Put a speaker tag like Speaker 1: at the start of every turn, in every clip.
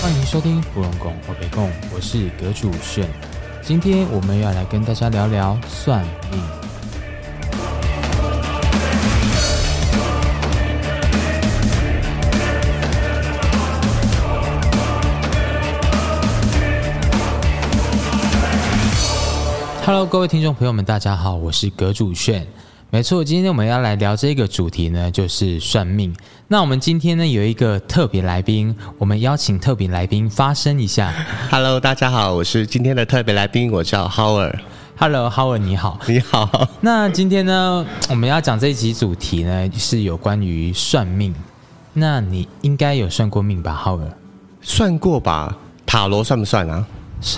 Speaker 1: 欢迎收听《芙蓉拱我北贡》，我是阁主炫。今天我们要来跟大家聊聊算命。Hello，各位听众朋友们，大家好，我是阁主炫。没错，今天我们要来聊这个主题呢，就是算命。那我们今天呢有一个特别来宾，我们邀请特别来宾发声一下。
Speaker 2: Hello，大家好，我是今天的特别来宾，我叫 Howard。
Speaker 1: Hello，Howard，你好。
Speaker 2: 你好，
Speaker 1: 那今天呢，我们要讲这一集主题呢，是有关于算命。那你应该有算过命吧，浩尔？
Speaker 2: 算过吧？塔罗算不算啊？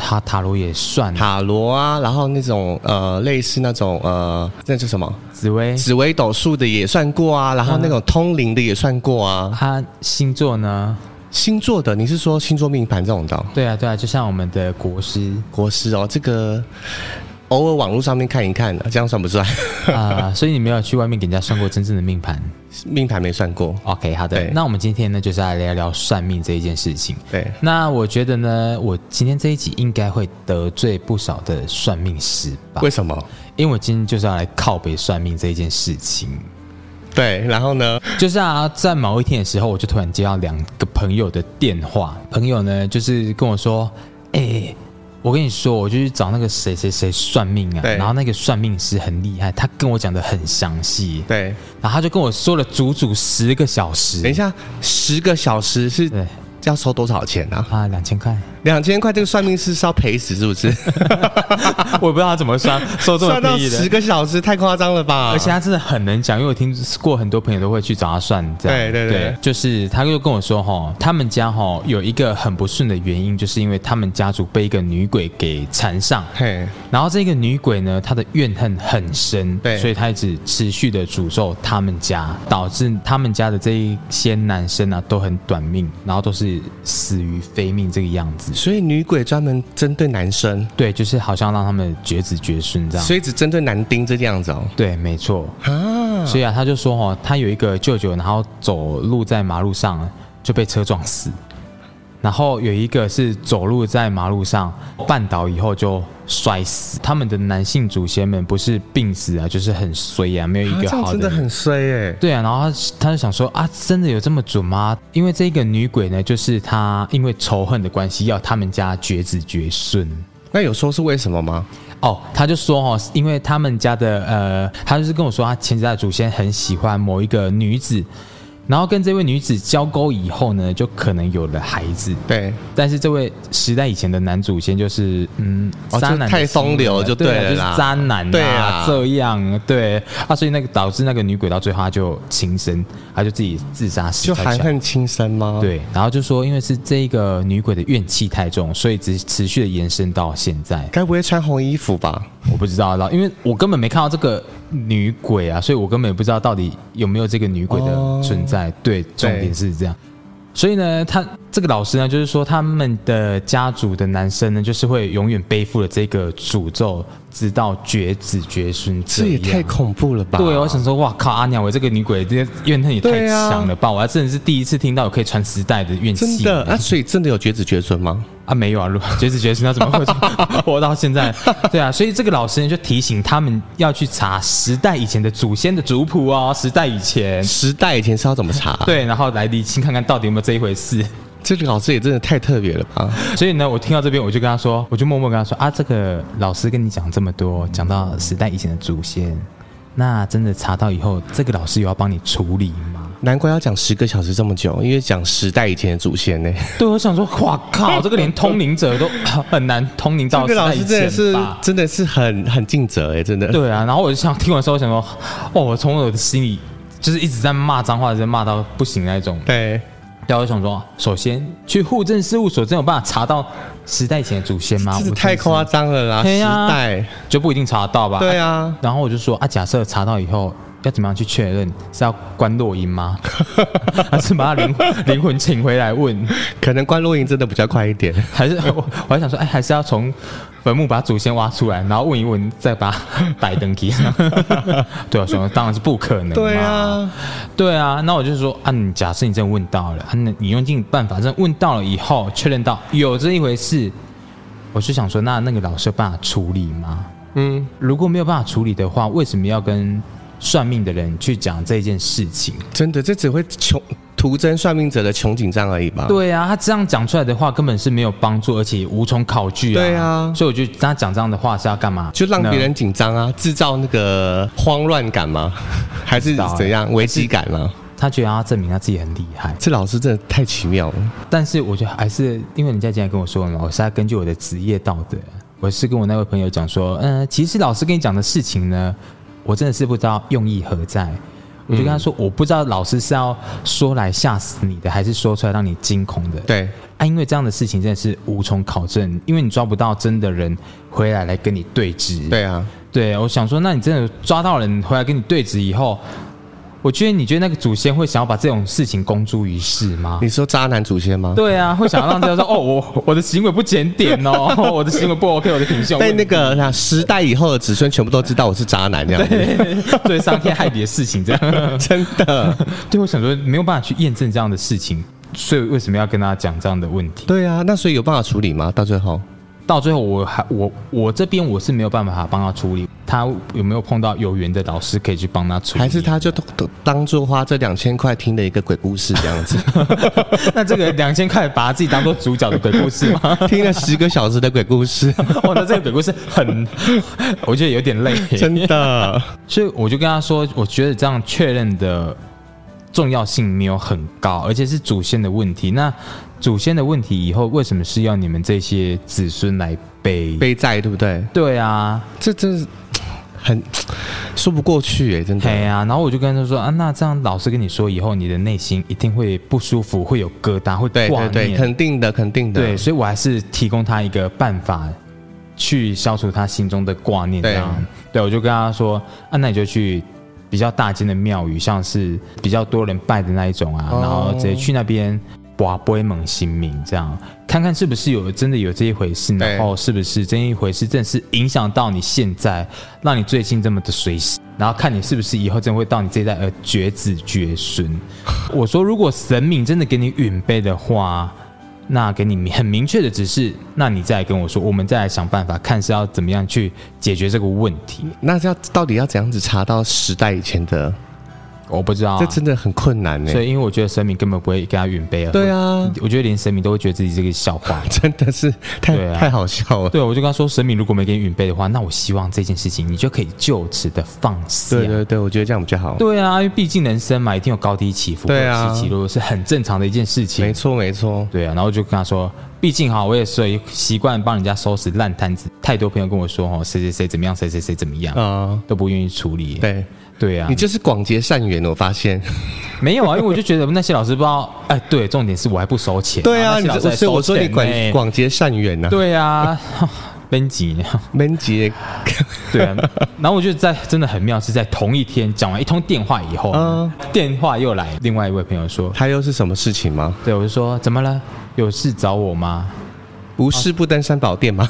Speaker 1: 塔塔罗也算，
Speaker 2: 塔罗啊，然后那种呃，类似那种呃，那叫什么？
Speaker 1: 紫薇
Speaker 2: 紫微斗数的也算过啊，然后那种通灵的也算过啊。
Speaker 1: 他星座呢？
Speaker 2: 星座的，你是说星座命盘这种的哦？
Speaker 1: 对啊，对啊，就像我们的国 师
Speaker 2: 国师哦，这个偶尔网络上面看一看的，这样算不算？
Speaker 1: 啊、所以你没有去外面给人家算过真正的命盘。
Speaker 2: 命盘没算过，
Speaker 1: OK，好的
Speaker 2: 对。
Speaker 1: 那我们今天呢，就是来聊聊算命这一件事情。
Speaker 2: 对，
Speaker 1: 那我觉得呢，我今天这一集应该会得罪不少的算命师吧
Speaker 2: 为，什么？
Speaker 1: 因为我今天就是要来靠北算命这一件事情。
Speaker 2: 对，然后呢？
Speaker 1: 就是啊，在某一天的时候，我就突然接到两个朋友的电话，朋友呢就是跟我说：“哎、我跟你说，我就去找那个谁谁谁算命啊，
Speaker 2: 对
Speaker 1: 然后那个算命师很厉害，他跟我讲的很详细，
Speaker 2: 对，
Speaker 1: 然后他就跟我说了足足十个小时，
Speaker 2: 等一下，十个小时是
Speaker 1: 对
Speaker 2: 要收多少钱啊？
Speaker 1: 啊，两千块，
Speaker 2: 两千块，这个算命师是要赔死是不是？
Speaker 1: 我也不知道他怎么算，收这么
Speaker 2: 算到
Speaker 1: 便宜
Speaker 2: 十
Speaker 1: 的。”
Speaker 2: 个小时太夸张了吧？
Speaker 1: 而且他真的很能讲，因为我听过很多朋友都会去找他算这样。
Speaker 2: 对对对
Speaker 1: 就是他就跟我说哈，他们家哈有一个很不顺的原因，就是因为他们家族被一个女鬼给缠上，
Speaker 2: 嘿，
Speaker 1: 然后这个女鬼呢，她的怨恨很深，
Speaker 2: 对
Speaker 1: 所以她一直持续的诅咒他们家，导致他们家的这一些男生啊都很短命，然后都是死于非命这个样子。
Speaker 2: 所以女鬼专门针对男生，
Speaker 1: 对，就是好像让他们绝子绝孙这样。
Speaker 2: 所以只针对男丁这个样子哦。
Speaker 1: 对，没错。
Speaker 2: 啊，
Speaker 1: 所以啊，他就说哦，他有一个舅舅，然后走路在马路上就被车撞死，然后有一个是走路在马路上绊倒以后就摔死。他们的男性祖先们不是病死啊，就是很衰啊，没有一
Speaker 2: 啊
Speaker 1: 个
Speaker 2: 这样
Speaker 1: 好
Speaker 2: 真的很衰哎、
Speaker 1: 对啊，然后他他就想说啊，真的有这么准吗？因为这个女鬼呢，就是她因为仇恨的关系，要他们家绝子绝孙。
Speaker 2: 那有说是为什么吗？
Speaker 1: 哦，他就说哦，因为他们家的呃，他就是跟我说，他前几代的祖先很喜欢某一个女子，然后跟这位女子交媾以后呢，就可能有了孩子。
Speaker 2: 对，
Speaker 1: 但是这位时代以前的男祖先就是嗯，
Speaker 2: 哦
Speaker 1: 渣
Speaker 2: 就
Speaker 1: 男
Speaker 2: 太
Speaker 1: 的行为
Speaker 2: 风流就
Speaker 1: 对
Speaker 2: 对了
Speaker 1: 啊就是
Speaker 2: 啦
Speaker 1: 渣男啊
Speaker 2: 对啊
Speaker 1: 这样对啊，所以那个导致那个女鬼到最后她就轻生，她就自己自杀死
Speaker 2: 就
Speaker 1: 在
Speaker 2: 含
Speaker 1: 家
Speaker 2: 恨轻生吗？，
Speaker 1: 对，然后就说因为是这个女鬼的怨气太重，所以只持续的延伸到现在。
Speaker 2: 该不会穿红衣服吧？
Speaker 1: 我不知道啦，因为我根本没看到这个女鬼啊，所以我根本也不知道到底有没有这个女鬼
Speaker 2: 哦
Speaker 1: 的存在。对，重点是这样。所以呢，他这个老师呢，就是说他们的家族的男生呢，就是会永远背负了这个诅咒，直到绝子绝孙
Speaker 2: 这也
Speaker 1: 样
Speaker 2: 太恐怖了吧？
Speaker 1: 对，我想说，哇靠，阿鸟，我这个女鬼，这怨恨也太
Speaker 2: 对啊
Speaker 1: 强了吧！我还真的是第一次听到有可以传时代的怨
Speaker 2: 真
Speaker 1: 气
Speaker 2: 的
Speaker 1: 呢
Speaker 2: 啊，所以真的有绝子绝孙吗？
Speaker 1: 啊，没有啊，如 绝子绝孙，他怎么会 活到现在？对啊，所以这个老师呢就提醒他们要去查时代以前的祖先的族谱哦，时代以前，
Speaker 2: 时代以前是要怎么 查？，
Speaker 1: 对，然后来理清看看到底有没有这一回事。
Speaker 2: 这个老师也真的太特别了吧？
Speaker 1: 所以呢，我听到这边我就跟他说，我就默默跟他说啊，这个老师跟你讲这么多，讲到时代以前的祖先，那真的查到以后，这个老师有要帮你处理吗？
Speaker 2: 难怪要讲十个小时这么久，因为讲时代以前的祖先呢、
Speaker 1: 对，我想说，哇靠，这个连通灵者都 很难通灵到
Speaker 2: 这
Speaker 1: 时
Speaker 2: 个老
Speaker 1: 代以
Speaker 2: 师真的
Speaker 1: 前
Speaker 2: 是
Speaker 1: 吧。
Speaker 2: 真的是很很尽责哎、真 的。
Speaker 1: 对啊，然后我就想听完之后，我想说， 哦，我从我的心里就是一直在骂脏话，一直在骂到不行那一种。
Speaker 2: 对
Speaker 1: 对啊，我想说，首先去户政事务所真有办法查到时代以前的祖先吗？
Speaker 2: 这
Speaker 1: 啊我
Speaker 2: 是
Speaker 1: 真
Speaker 2: 太夸张了啦！
Speaker 1: 对
Speaker 2: 时
Speaker 1: 啊
Speaker 2: 代，
Speaker 1: 就不一定查得到吧？
Speaker 2: 对啊，
Speaker 1: 然后我就说啊，假设查到以后要怎么样去确认？是要关录音吗？ 还是把他灵灵魂请回来问？
Speaker 2: 可能关录音真的比较快一点。
Speaker 1: 还是我我还想说，哎，还是要从坟墓，把祖先挖出来，然后问一问，再把它摆登记。 对啊，想说当然是不可能嘛。
Speaker 2: 对啊，
Speaker 1: 对啊，那我就说啊，你假设你真的问到了，啊，那你用尽办法，真的问到了以后，确认到有这一回事，我就想说，那那个老师有办法处理吗？
Speaker 2: 嗯，
Speaker 1: 如果没有办法处理的话，为什么要跟算命的人去讲这件事情？
Speaker 2: 真的，这只会穷徒增算命者的穷紧张而已吧？
Speaker 1: 对啊，他这样讲出来的话根本是没有帮助，而且无从考据啊。
Speaker 2: 对啊
Speaker 1: 所以我就跟他讲这样的话是要干嘛？
Speaker 2: 就让
Speaker 1: 呢
Speaker 2: 别人紧张啊，制造那个慌乱 感吗？还是
Speaker 1: 道欸
Speaker 2: 怎样危机感吗？
Speaker 1: 他觉得他证明他自己很厉害，
Speaker 2: 这老师真的太奇妙了。
Speaker 1: 但是我觉得还是因为人家今天跟我说了嘛，我是要根据我的职业道德，我是跟我那位朋友讲说，嗯、其实老师跟你讲的事情呢，我真的是不知道用意何在。我就跟他说，我不知道老师是要说来吓死你的，还是说出来让你惊恐的。
Speaker 2: 对，
Speaker 1: 啊，因为这样的事情真的是无从考证，因为你抓不到真的人回来来跟你对质。
Speaker 2: 对啊，
Speaker 1: 对，我想说，那你真的抓到人回来跟你对质以后，我觉得你觉得那个祖先会想要把这种事情公诸于世吗？
Speaker 2: 你说渣男祖先吗？
Speaker 1: 对啊，会想要让大家说哦，我我的行为不检点哦， 我的行为不 OK，我的品性有
Speaker 2: 被
Speaker 1: 问
Speaker 2: 那
Speaker 1: 题。
Speaker 2: 个那十代以后的子孙全部都知道我是渣男这样子，
Speaker 1: 对伤天害理的事情，这样
Speaker 2: 真的。
Speaker 1: 对我想说没有办法去验证这样的事情，所以为什么要跟大家讲这样的问题？
Speaker 2: 对啊，那所以有办法处理吗？到最后，
Speaker 1: 到最后我还我我这边我是没有办法帮他处理，他有没有碰到有缘的老师可以去帮他处理？
Speaker 2: 还是他就都都当做花这两千块听的一个鬼故事这样子，
Speaker 1: 那这个两千块把他自己当做主角的鬼故事 吗？
Speaker 2: 听了十个小时的鬼 故事，
Speaker 1: 哇，那这个鬼故事很，我觉得有点累。
Speaker 2: 真的。
Speaker 1: 所以我就跟他说，我觉得这样确认的重要性没有很高，而且是祖先的问题。那祖先的问题以后为什么是要你们这些子孙来背？
Speaker 2: 背债对不对？
Speaker 1: 对啊，
Speaker 2: 这真是很说不过去哎、真的。
Speaker 1: 对啊。然后我就跟他说啊，那这样老师跟你说以后，你的内心一定会不舒服，会有疙瘩，会
Speaker 2: 对
Speaker 1: 挂
Speaker 2: 对
Speaker 1: 念。
Speaker 2: 对，肯定的，肯定的。
Speaker 1: 对，所以我还是提供他一个办法，去消除他心中的挂念。
Speaker 2: 对
Speaker 1: 这样，对我就跟他说，啊，那你就去比较大间的庙宇，像是比较多人拜的那一种啊，
Speaker 2: 哦
Speaker 1: 然后直接去那边。哇，不会猛行名这样，看看是不是有真的有这一回事，
Speaker 2: 对
Speaker 1: 然后是不是这一回事真的是影响到你现在，让你最近这么的随时，然后看你是不是以后真的会到你这一代而绝子绝孙。 我说，如果神明真的给你允备的话，那给你很明确的指示，那你再来跟我说，我们再来想办法，看是要怎么样去解决这个问题。
Speaker 2: 那要到底要怎样子查到时代以前的？
Speaker 1: 我不知道啊、
Speaker 2: 这真的很困难呢、
Speaker 1: 所以因为我觉得神明根本不会给他允备啊。
Speaker 2: 对 啊，。
Speaker 1: 我觉得连神明都会觉得自己是个笑话
Speaker 2: 真的是太、
Speaker 1: 对啊
Speaker 2: 太好笑 了。
Speaker 1: 对，我就跟他说，神明如果没给你允备的话，那我希望这件事情你就可以就此的放下。
Speaker 2: 对对对，我觉得这样比较好。
Speaker 1: 对啊，因为毕竟人生嘛，一定有高低起伏，
Speaker 2: 对啊
Speaker 1: 起起落落是很正常的一件事情。
Speaker 2: 没错没错，
Speaker 1: 对啊，然后我就跟他说，毕竟哈，我也是习惯帮人家收拾烂摊子，太多朋友跟我说哦，谁谁谁怎么样，谁谁谁怎么样，
Speaker 2: 啊、
Speaker 1: 都不愿意处理。
Speaker 2: 对
Speaker 1: 对啊
Speaker 2: 你，就是广结善缘，我发现。
Speaker 1: 没有啊，因为我就觉得那些老师不知道，哎，对，重点是我还不收钱。
Speaker 2: 对
Speaker 1: 然
Speaker 2: 啊，
Speaker 1: 后
Speaker 2: 你
Speaker 1: 那些老
Speaker 2: 所
Speaker 1: 师
Speaker 2: 以我
Speaker 1: 还收
Speaker 2: 说你
Speaker 1: 钱哎
Speaker 2: 广
Speaker 1: 呢
Speaker 2: 广结善缘呐、啊，
Speaker 1: 对啊， 编辑。
Speaker 2: 门结
Speaker 1: 对啊，然后我就在真的很妙，是在同一天讲完一通电话以后，
Speaker 2: 嗯
Speaker 1: 电话又来另外一位朋友说，
Speaker 2: 他又是什么事情吗？
Speaker 1: 对我就说怎么了？有事找我吗？
Speaker 2: 无事不登三宝殿吗？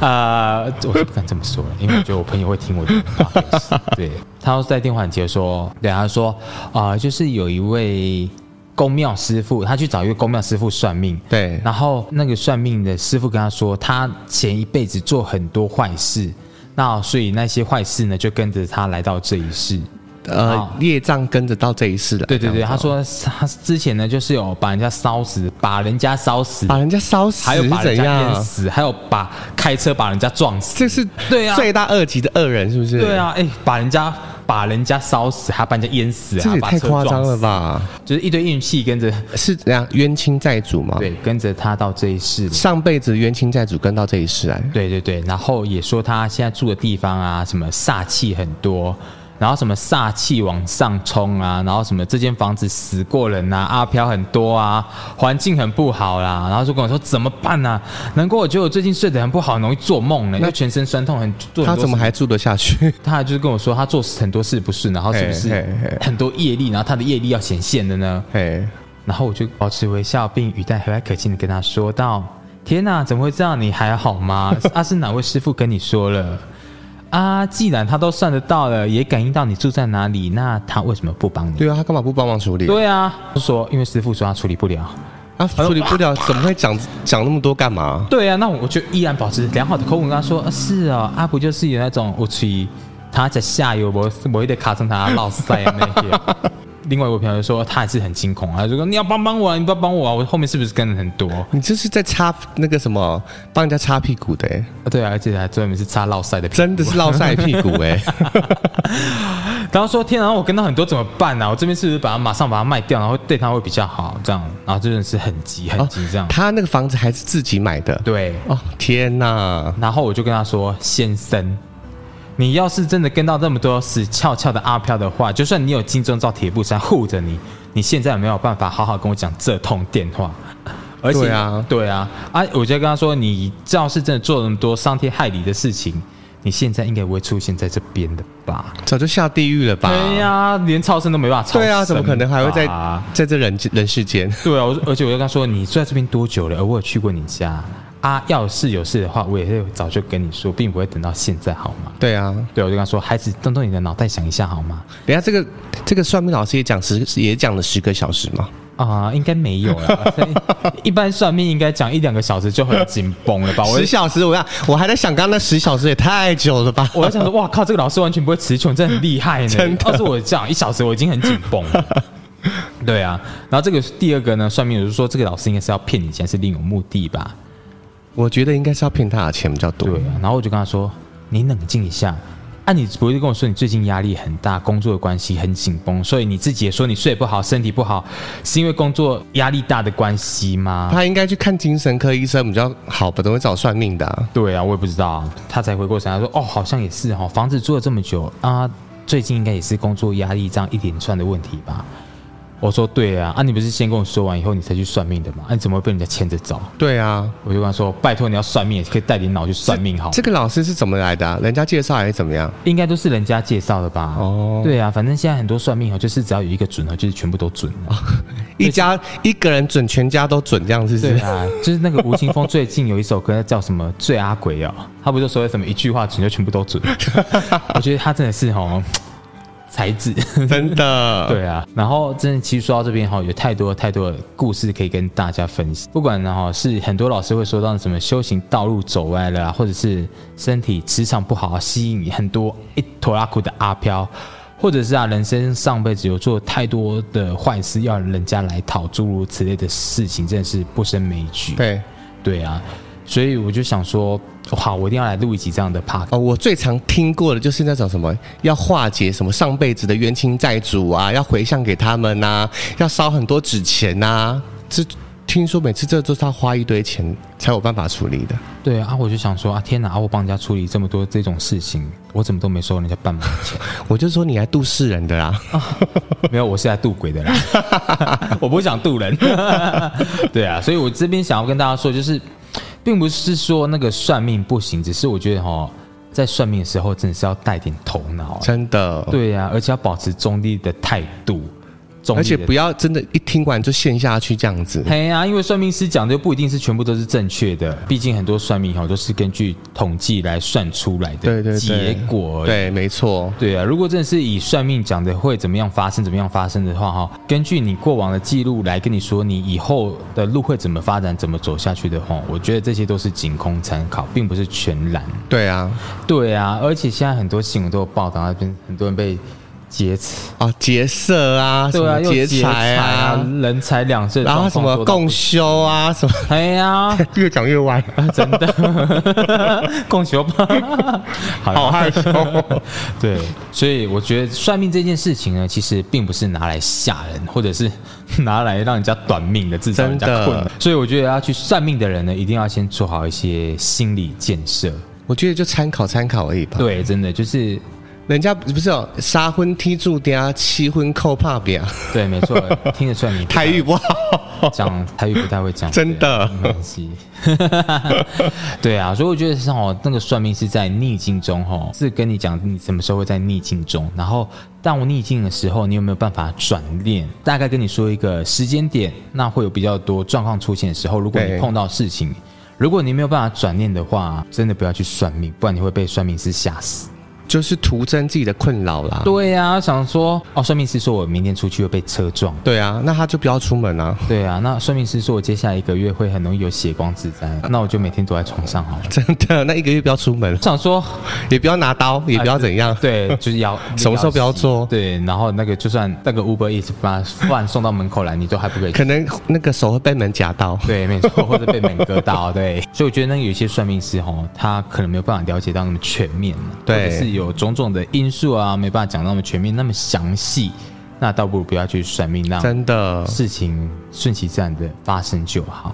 Speaker 1: 啊、我是不敢这么说了，因为我觉得我朋友会听我的 podcast 对，他在电话很接说，对，他说啊、就是有一位公庙师傅，他去找一位公庙师傅算命。
Speaker 2: 对，
Speaker 1: 然后那个算命的师傅跟他说，他前一辈子做很多坏事，那所以那些坏事呢，就跟着他来到这一世。
Speaker 2: 呃，业障跟着到这一世了。
Speaker 1: 啊对对
Speaker 2: 这
Speaker 1: 对，
Speaker 2: 样子哦
Speaker 1: 他说他之前呢，就是有把人家烧死，把人家烧死，
Speaker 2: 把人家烧死
Speaker 1: 还有
Speaker 2: 是
Speaker 1: 把人
Speaker 2: 怎
Speaker 1: 家
Speaker 2: 样啊
Speaker 1: 淹？死，还有把开车把人家撞死。
Speaker 2: 这是
Speaker 1: 对啊
Speaker 2: 罪大恶极的恶人是不是？
Speaker 1: 对，啊，哎、把人家把人家烧死，还把人家淹死，
Speaker 2: 这
Speaker 1: 还
Speaker 2: 也
Speaker 1: 啊把
Speaker 2: 太
Speaker 1: 车
Speaker 2: 夸张
Speaker 1: 撞
Speaker 2: 了
Speaker 1: 死？
Speaker 2: 吧？
Speaker 1: 就是一堆运气跟着，
Speaker 2: 是怎样冤亲债主吗？，
Speaker 1: 对，跟着他到这一世了。
Speaker 2: 上辈子冤亲债主跟到这一世来，
Speaker 1: 对对对，然后也说他现在住的地方啊，什么煞气很多，然后什么煞气往上冲啊，然后什么这间房子死过人啊，阿飘很多啊，环境很不好啦，然后就跟我说怎么办呢、啊？难怪我觉得我最近睡得很不好，很容易做梦呢，因为全身酸痛，很做很
Speaker 2: 他
Speaker 1: 多
Speaker 2: 怎
Speaker 1: 事
Speaker 2: 么还住得下去？
Speaker 1: 他就是跟我说，他做很多事不顺，然后是不
Speaker 2: 嘿嘿
Speaker 1: 是
Speaker 2: 嘿
Speaker 1: 很多业力，然后他的业力要显现的呢？
Speaker 2: 哎，
Speaker 1: 然后我就保持微笑，并语带和蔼可亲的跟他说道：“天哪、怎么会这样？你还好吗？ 啊，是哪位师傅跟你说了？啊，既然他都算得到了，也感应到你住在哪里，那他为什么不帮你？
Speaker 2: 对啊，他干嘛不帮忙处理？
Speaker 1: 对啊，他说因为师傅说他处理不了。
Speaker 2: 啊，处理不了，怎么会讲讲那么多干嘛？
Speaker 1: 对啊，那我就依然保持良好的口吻跟他说：“啊、是哦，啊不就是有那种我去他在下游，我我一得卡成他落塞的那些。” 另外一位朋友就说他还是很惊恐，他就说：“你要帮帮我、啊，你不要帮我啊！我后面是不是跟了很多？”
Speaker 2: 你这是在擦那个什么，帮人家擦屁股的、欸，
Speaker 1: 啊对啊，而且还专门是擦落塞的屁股。
Speaker 2: 真的是落晒屁股哎、
Speaker 1: 然后说：“天啊，我跟到很多怎么办啊？我这边是不是把它马上把它卖掉，然后对他会比较好？这样，然后真的是很急很急这样。
Speaker 2: 他那个房子还是自己买的。
Speaker 1: 对，
Speaker 2: 哦，天哪！
Speaker 1: 然后我就跟他说：“先生，你要是真的跟到这么多死翘翘的阿飘的话，就算你有金钟罩铁布衫护着你，你现在也没有办法好好跟我讲这通电话。而且，
Speaker 2: 对啊
Speaker 1: 对啊，啊，我就跟他说，你要是真的做那么多伤天害理的事情，你现在应该不会出现在这边的吧？
Speaker 2: 早就下地狱了吧？
Speaker 1: 对呀、连超生都没办法超生吧。
Speaker 2: 对啊，怎么可能还会在在这人人世间？
Speaker 1: 对啊，我而且我就跟他说，你住在这边多久了？我有去过你家啊。要是有事的话，我也会早就跟你说，并不会等到现在，好吗？
Speaker 2: 对啊，
Speaker 1: 对，我就跟他说，孩子，动动你的脑袋想一下好吗？
Speaker 2: 等一下这个这个算命老师也讲十也讲了十个小时嘛。
Speaker 1: 啊、应该没有了。所以 一般算命应该讲一两个小时就很紧绷了吧？我
Speaker 2: 十小时，我要我还在想，刚刚那十小时也太久了吧？
Speaker 1: 我在想说，哇靠，这个老师完全不会词穷，真的很厉害呢。
Speaker 2: 真的
Speaker 1: 要是我这样一小时，我已经很紧绷了。对啊，然后这个第二个呢，算命的就说这个老师应该是要骗你钱，是另有目的吧？
Speaker 2: 我觉得应该是要骗他的钱比较多
Speaker 1: 对。啊，然后我就跟他说：“你冷静一下。”啊，你不是跟我说你最近压力很大，工作的关系很紧绷，所以你自己也说你睡不好，身体不好，是因为工作压力大的关系吗？
Speaker 2: 他应该去看精神科医生比较好吧？都会找算命的啊、
Speaker 1: 对啊，我也不知道。他才回过神来，他说：“哦，好像也是哦，房子租了这么久啊，最近应该也是工作压力这样一连串的问题吧？”我说：“对啊，啊，你不是先跟我说完以后你才去算命的吗？啊，你怎么会被人家牵着走
Speaker 2: 对啊，？”
Speaker 1: 我就跟他说：“拜托，你要算命也可以带点脑去算命好吗
Speaker 2: 这个老师是怎么来的、啊？人家介绍还是怎么样？
Speaker 1: 应该都是人家介绍的吧？
Speaker 2: 哦
Speaker 1: 哦，对啊，反正现在很多算命哦，就是只要有一个准哦，就是全部都准了。
Speaker 2: 一家一个人准，全家都准，这样是不
Speaker 1: 对
Speaker 2: 是？
Speaker 1: 啊，就是那个吴青峰最近有一首歌叫什么“最阿鬼”哦，他不就说什么一句话准就全部都准？我觉得他真的是哦，才子。
Speaker 2: 真 的。
Speaker 1: 对啊，然后真的，其实说到这边哈、有太多太多的故事可以跟大家分享。不管呢哈、是很多老师会说到什么修行道路走歪了、啊，或者是身体磁场不好、啊，吸引很多一拖拉苦的阿飘，或者是啊人生上辈子有做太多的坏事，要人家来讨，诸如此类的事情，真的是不胜枚举。
Speaker 2: 对
Speaker 1: 对啊，所以我就想说，好，我一定要来录一集这样的 p a
Speaker 2: 哦，我最常听过的就是那种什么要化解什么上辈子的冤亲债主啊，要回向给他们呐、要烧很多纸钱呐、这听说每次这都是要花一堆钱才有办法处理的。
Speaker 1: 对啊，我就想说啊，天哪，啊我帮人家处理这么多这种事情，我怎么都没收人家半毛钱？
Speaker 2: 我就说你来度世人的啊啦，
Speaker 1: 没有，我是来渡鬼的啦， 我不想渡人。对啊，所以我这边想要跟大家说，就是，并不是说那个算命不行，只是我觉得哈，在算命的时候真的是要带点头脑。
Speaker 2: 真的。
Speaker 1: 对呀、啊，而且要保持中立的态度，中立
Speaker 2: 而且
Speaker 1: 的
Speaker 2: 不要真的，一听完就陷下去这样子。
Speaker 1: 嘿呀、啊因为算命师讲的又不一定是全部都是正确的，毕竟很多算命哦哈都是根据统计来算出来
Speaker 2: 对对
Speaker 1: 的
Speaker 2: 对，
Speaker 1: 结果而已。
Speaker 2: 对，没错，
Speaker 1: 对啊，如果真的是以算命讲的会怎么样发生、怎么样发生的话，哈，根据你过往的记录来跟你说你以后的路会怎么发展、怎么走下去的话，我觉得这些都是仅供参考，并不是全然。
Speaker 2: 对啊，
Speaker 1: 对啊，而且现在很多新闻都有报道，那边很多人被劫持，
Speaker 2: 啊，劫色啊，什
Speaker 1: 对啊，
Speaker 2: 么
Speaker 1: 又
Speaker 2: 劫
Speaker 1: 财
Speaker 2: 财啊，，
Speaker 1: 人财两失的
Speaker 2: 然
Speaker 1: 状况
Speaker 2: 后什
Speaker 1: 多到
Speaker 2: 么
Speaker 1: 不行，
Speaker 2: 共修啊，什么，
Speaker 1: 哎 呀，
Speaker 2: 越讲越歪，
Speaker 1: 真的 共修吧，好啦
Speaker 2: 好害羞。
Speaker 1: 对，所以我觉得算命这件事情呢，其实并不是拿来吓人，或者是拿来让人家短命的，制造人家
Speaker 2: 真的
Speaker 1: 困难。所以我觉得要去算命的人呢，一定要先做好一些心理建 设。
Speaker 2: 我觉得就参考参考而已吧。
Speaker 1: 对，真的就是
Speaker 2: 人家不是有杀婚踢住嗲，七婚扣怕啊表，
Speaker 1: 对，没错，听得出 来你不太
Speaker 2: 台语不好，
Speaker 1: 讲台语不太会讲，
Speaker 2: 真的
Speaker 1: 对没关系。 对啊，所以我觉得像哦，那个算命是在逆境中哦，是跟你讲你什么时候会在逆境中，然后当逆境的时候，你有没有办法转念？大概跟你说一个时间点，那会有比较多状况出现的时候，如果你
Speaker 2: 对
Speaker 1: 碰到事情。如果你没有办法转念的话，真的不要去算命，不然你会被算命师吓死。
Speaker 2: 就是徒增自己的困扰啦。
Speaker 1: 对呀、想说哦，算命师说我明天出去会被车撞。
Speaker 2: 对啊，那他就不要出门啊，
Speaker 1: 对啊，那算命师说我接下来一个月会很容易有血光之灾，那我就每天躲在床上好了。
Speaker 2: 真的，那一个月不要出门
Speaker 1: 我，想说，
Speaker 2: 也不要拿刀，也不要怎样。
Speaker 1: 对， 就是要
Speaker 2: 什么时候不要做
Speaker 1: 对，然后那个就算那个 Uber Eats 把饭送到门口来，你都还不可 以吃
Speaker 2: 可能那个手会被门夹到。
Speaker 1: 对，没错，或者被门割 到，对。所以我觉得那个有一些算命师吼，他可能没有办法了解到那么全面啊，
Speaker 2: 对
Speaker 1: 或者是有种种的因素啊，没办法讲那么全面、那么详细，那倒不如不要去算命，让
Speaker 2: 真的，
Speaker 1: 事情顺其自然的发生就好。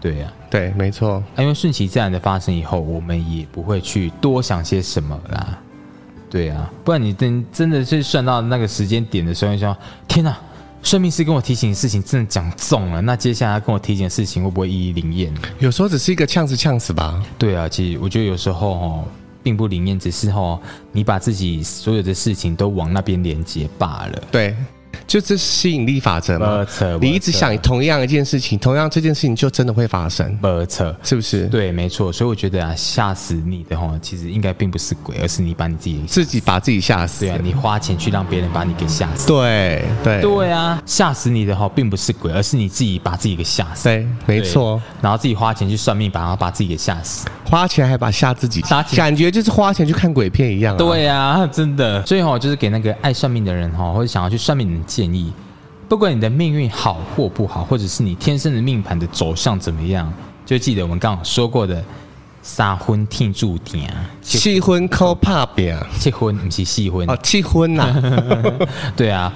Speaker 1: 对呀、啊
Speaker 2: 对，没错，，
Speaker 1: 因为顺其自然的发生以后，我们也不会去多想些什么啦。对啊，不然你真真的是算到那个时间点的时候，你想，天哪、算命师跟我提醒的事情真的讲中了，那接下来他跟我提醒的事情会不会一一灵验？
Speaker 2: 有时候只是一个呛死呛死吧。
Speaker 1: 对啊，其实我觉得有时候哦，并不灵验，只是哦，你把自己所有的事情都往那边连接罢了。
Speaker 2: 对，就是吸引力法则嘛
Speaker 1: 没错。
Speaker 2: 呃你一直想同样一件事情，同样这件事情就真的会发生，
Speaker 1: 没错，
Speaker 2: 是不是？
Speaker 1: 对，没错。所以我觉得啊，吓死你的哦，其实应该并不是鬼，而是你把你自己
Speaker 2: 自己把自己吓死
Speaker 1: 对。啊，你花钱去让别人把你给吓死。
Speaker 2: 对对
Speaker 1: 对啊，吓死你的哈，并不是鬼，而是你自己把自己给吓死。
Speaker 2: 对，没错。啊
Speaker 1: 对，然后自己花钱去算命，把后把自己给吓死。
Speaker 2: 花钱还把吓自己
Speaker 1: 花，钱
Speaker 2: 感觉就是花钱去看鬼片一样、啊。，
Speaker 1: 对啊，真的。所以哈、就是给那个爱算命的人哈、或者想要去算命的人建议，不管你的命运好或不好，或者是你天生的命盘的走向怎么样，就记得我们刚刚说过的撒婚听注定，结
Speaker 2: 气婚抠怕扁
Speaker 1: 结啊婚不是细婚
Speaker 2: 哦，气婚呐、
Speaker 1: 嗯 对啊，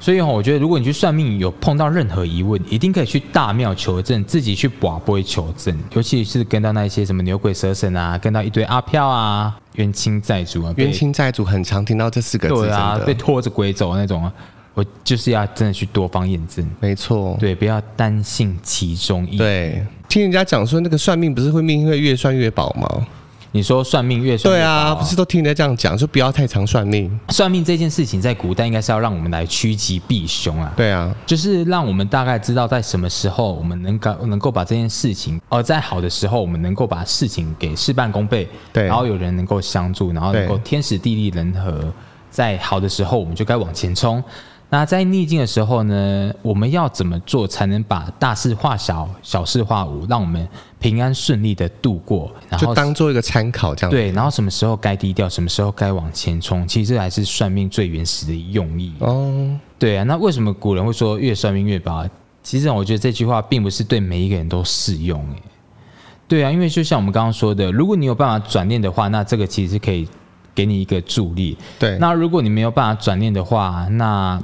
Speaker 1: 所以哈、我觉得如果你去算命有碰到任何疑问，一定可以去大庙求证，自己去卜龟求证，尤其是跟到那一些什么牛鬼蛇神啊，跟到一堆阿飘啊、冤亲债主啊、被
Speaker 2: 冤亲债主很常听到这四个字，
Speaker 1: 对啊，被
Speaker 2: 真的，
Speaker 1: 拖着鬼走那种啊，我就是要真的去多方验证，
Speaker 2: 没错，
Speaker 1: 对，不要单信其中一。，
Speaker 2: 哦对听人家讲说那个算命不是会命会越算越薄
Speaker 1: 啊
Speaker 2: 吗？
Speaker 1: 你说算命越算
Speaker 2: 对
Speaker 1: 越
Speaker 2: 啊，
Speaker 1: 好
Speaker 2: 不是都听人家这样讲，就不要太常算命。
Speaker 1: 算命这件事情在古代应该是要让我们来趋吉避凶啊。
Speaker 2: 对啊，
Speaker 1: 就是让我们大概知道在什么时候我们能够能够把这件事情，呃，在好的时候我们能够把事情给事半功倍，
Speaker 2: 对
Speaker 1: 然后有人能够相助，然后能够
Speaker 2: 对
Speaker 1: 天时地利人和，在好的时候我们就该往前冲。那在逆境的时候呢，我们要怎么做才能把大事化小，小事化无，让我们平安顺利的度过？然后
Speaker 2: 就当做一个参考这样。，
Speaker 1: 对，然后什么时候该低调，什么时候该往前冲，其实这还是算命最原始的用意。
Speaker 2: 哦，
Speaker 1: 对啊，那为什么古人会说越算命越薄？其实我觉得这句话并不是对每一个人都适用诶。对啊，因为就像我们刚刚说的，如果你有办法转念的话，那这个其实可以给你一个助力。
Speaker 2: 对，
Speaker 1: 那如果你没有办法转念的话，那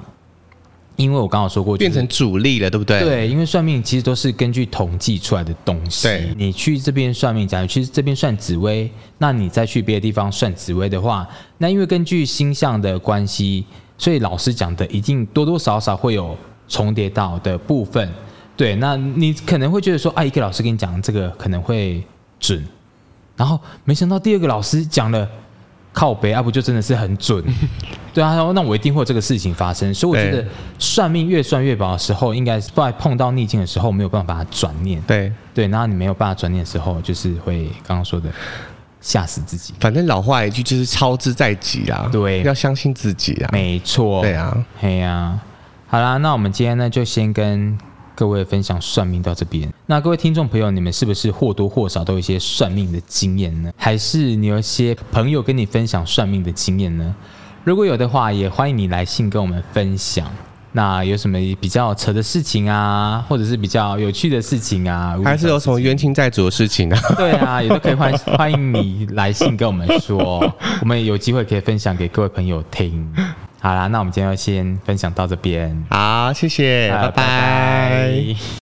Speaker 1: 因为我刚刚有说过，就是
Speaker 2: 变成主力了，对不对？，
Speaker 1: 对，因为算命其实都是根据统计出来的东西
Speaker 2: 对。
Speaker 1: 你去这边算命，假如去这边算紫薇，那你再去别的地方算紫薇的话，那因为根据星象的关系，所以老师讲的一定多多少少会有重叠到的部分。对，那你可能会觉得说，啊，一个老师跟你讲这个可能会准，然后没想到第二个老师讲了。靠北啊，不就真的是很 准？对啊，然后那我一定会有这个事情发生，所以我觉得
Speaker 2: 对
Speaker 1: 算命越算越薄的时候，应该是在碰到逆境的时候没有办法转念，
Speaker 2: 对，
Speaker 1: 对，然后你没有办法转念的时候，就是会刚刚说的吓死自己，
Speaker 2: 反正老话一句就是操之在己啦。
Speaker 1: 对
Speaker 2: 要相信自己啊。
Speaker 1: 没错，
Speaker 2: 对，啊，
Speaker 1: 嘿呀、好啦，那我们今天呢就先跟各位分享算命到这边。那各位听众朋友，你们是不是或多或少都有一些算命的经验呢？还是你有一些朋友跟你分享算命的经验呢？如果有的话，也欢迎你来信跟我们分享。那有什么比较扯的事情啊，或者是比较有趣的事情啊，
Speaker 2: 还是有什么冤亲债主的事情啊？
Speaker 1: 对啊，也都可以欢欢迎你来信跟我们说，我们有机会可以分享给各位朋友听。好啦，那我们今天就先分享到这边，
Speaker 2: 哎好，谢谢，
Speaker 1: 好
Speaker 2: 拜拜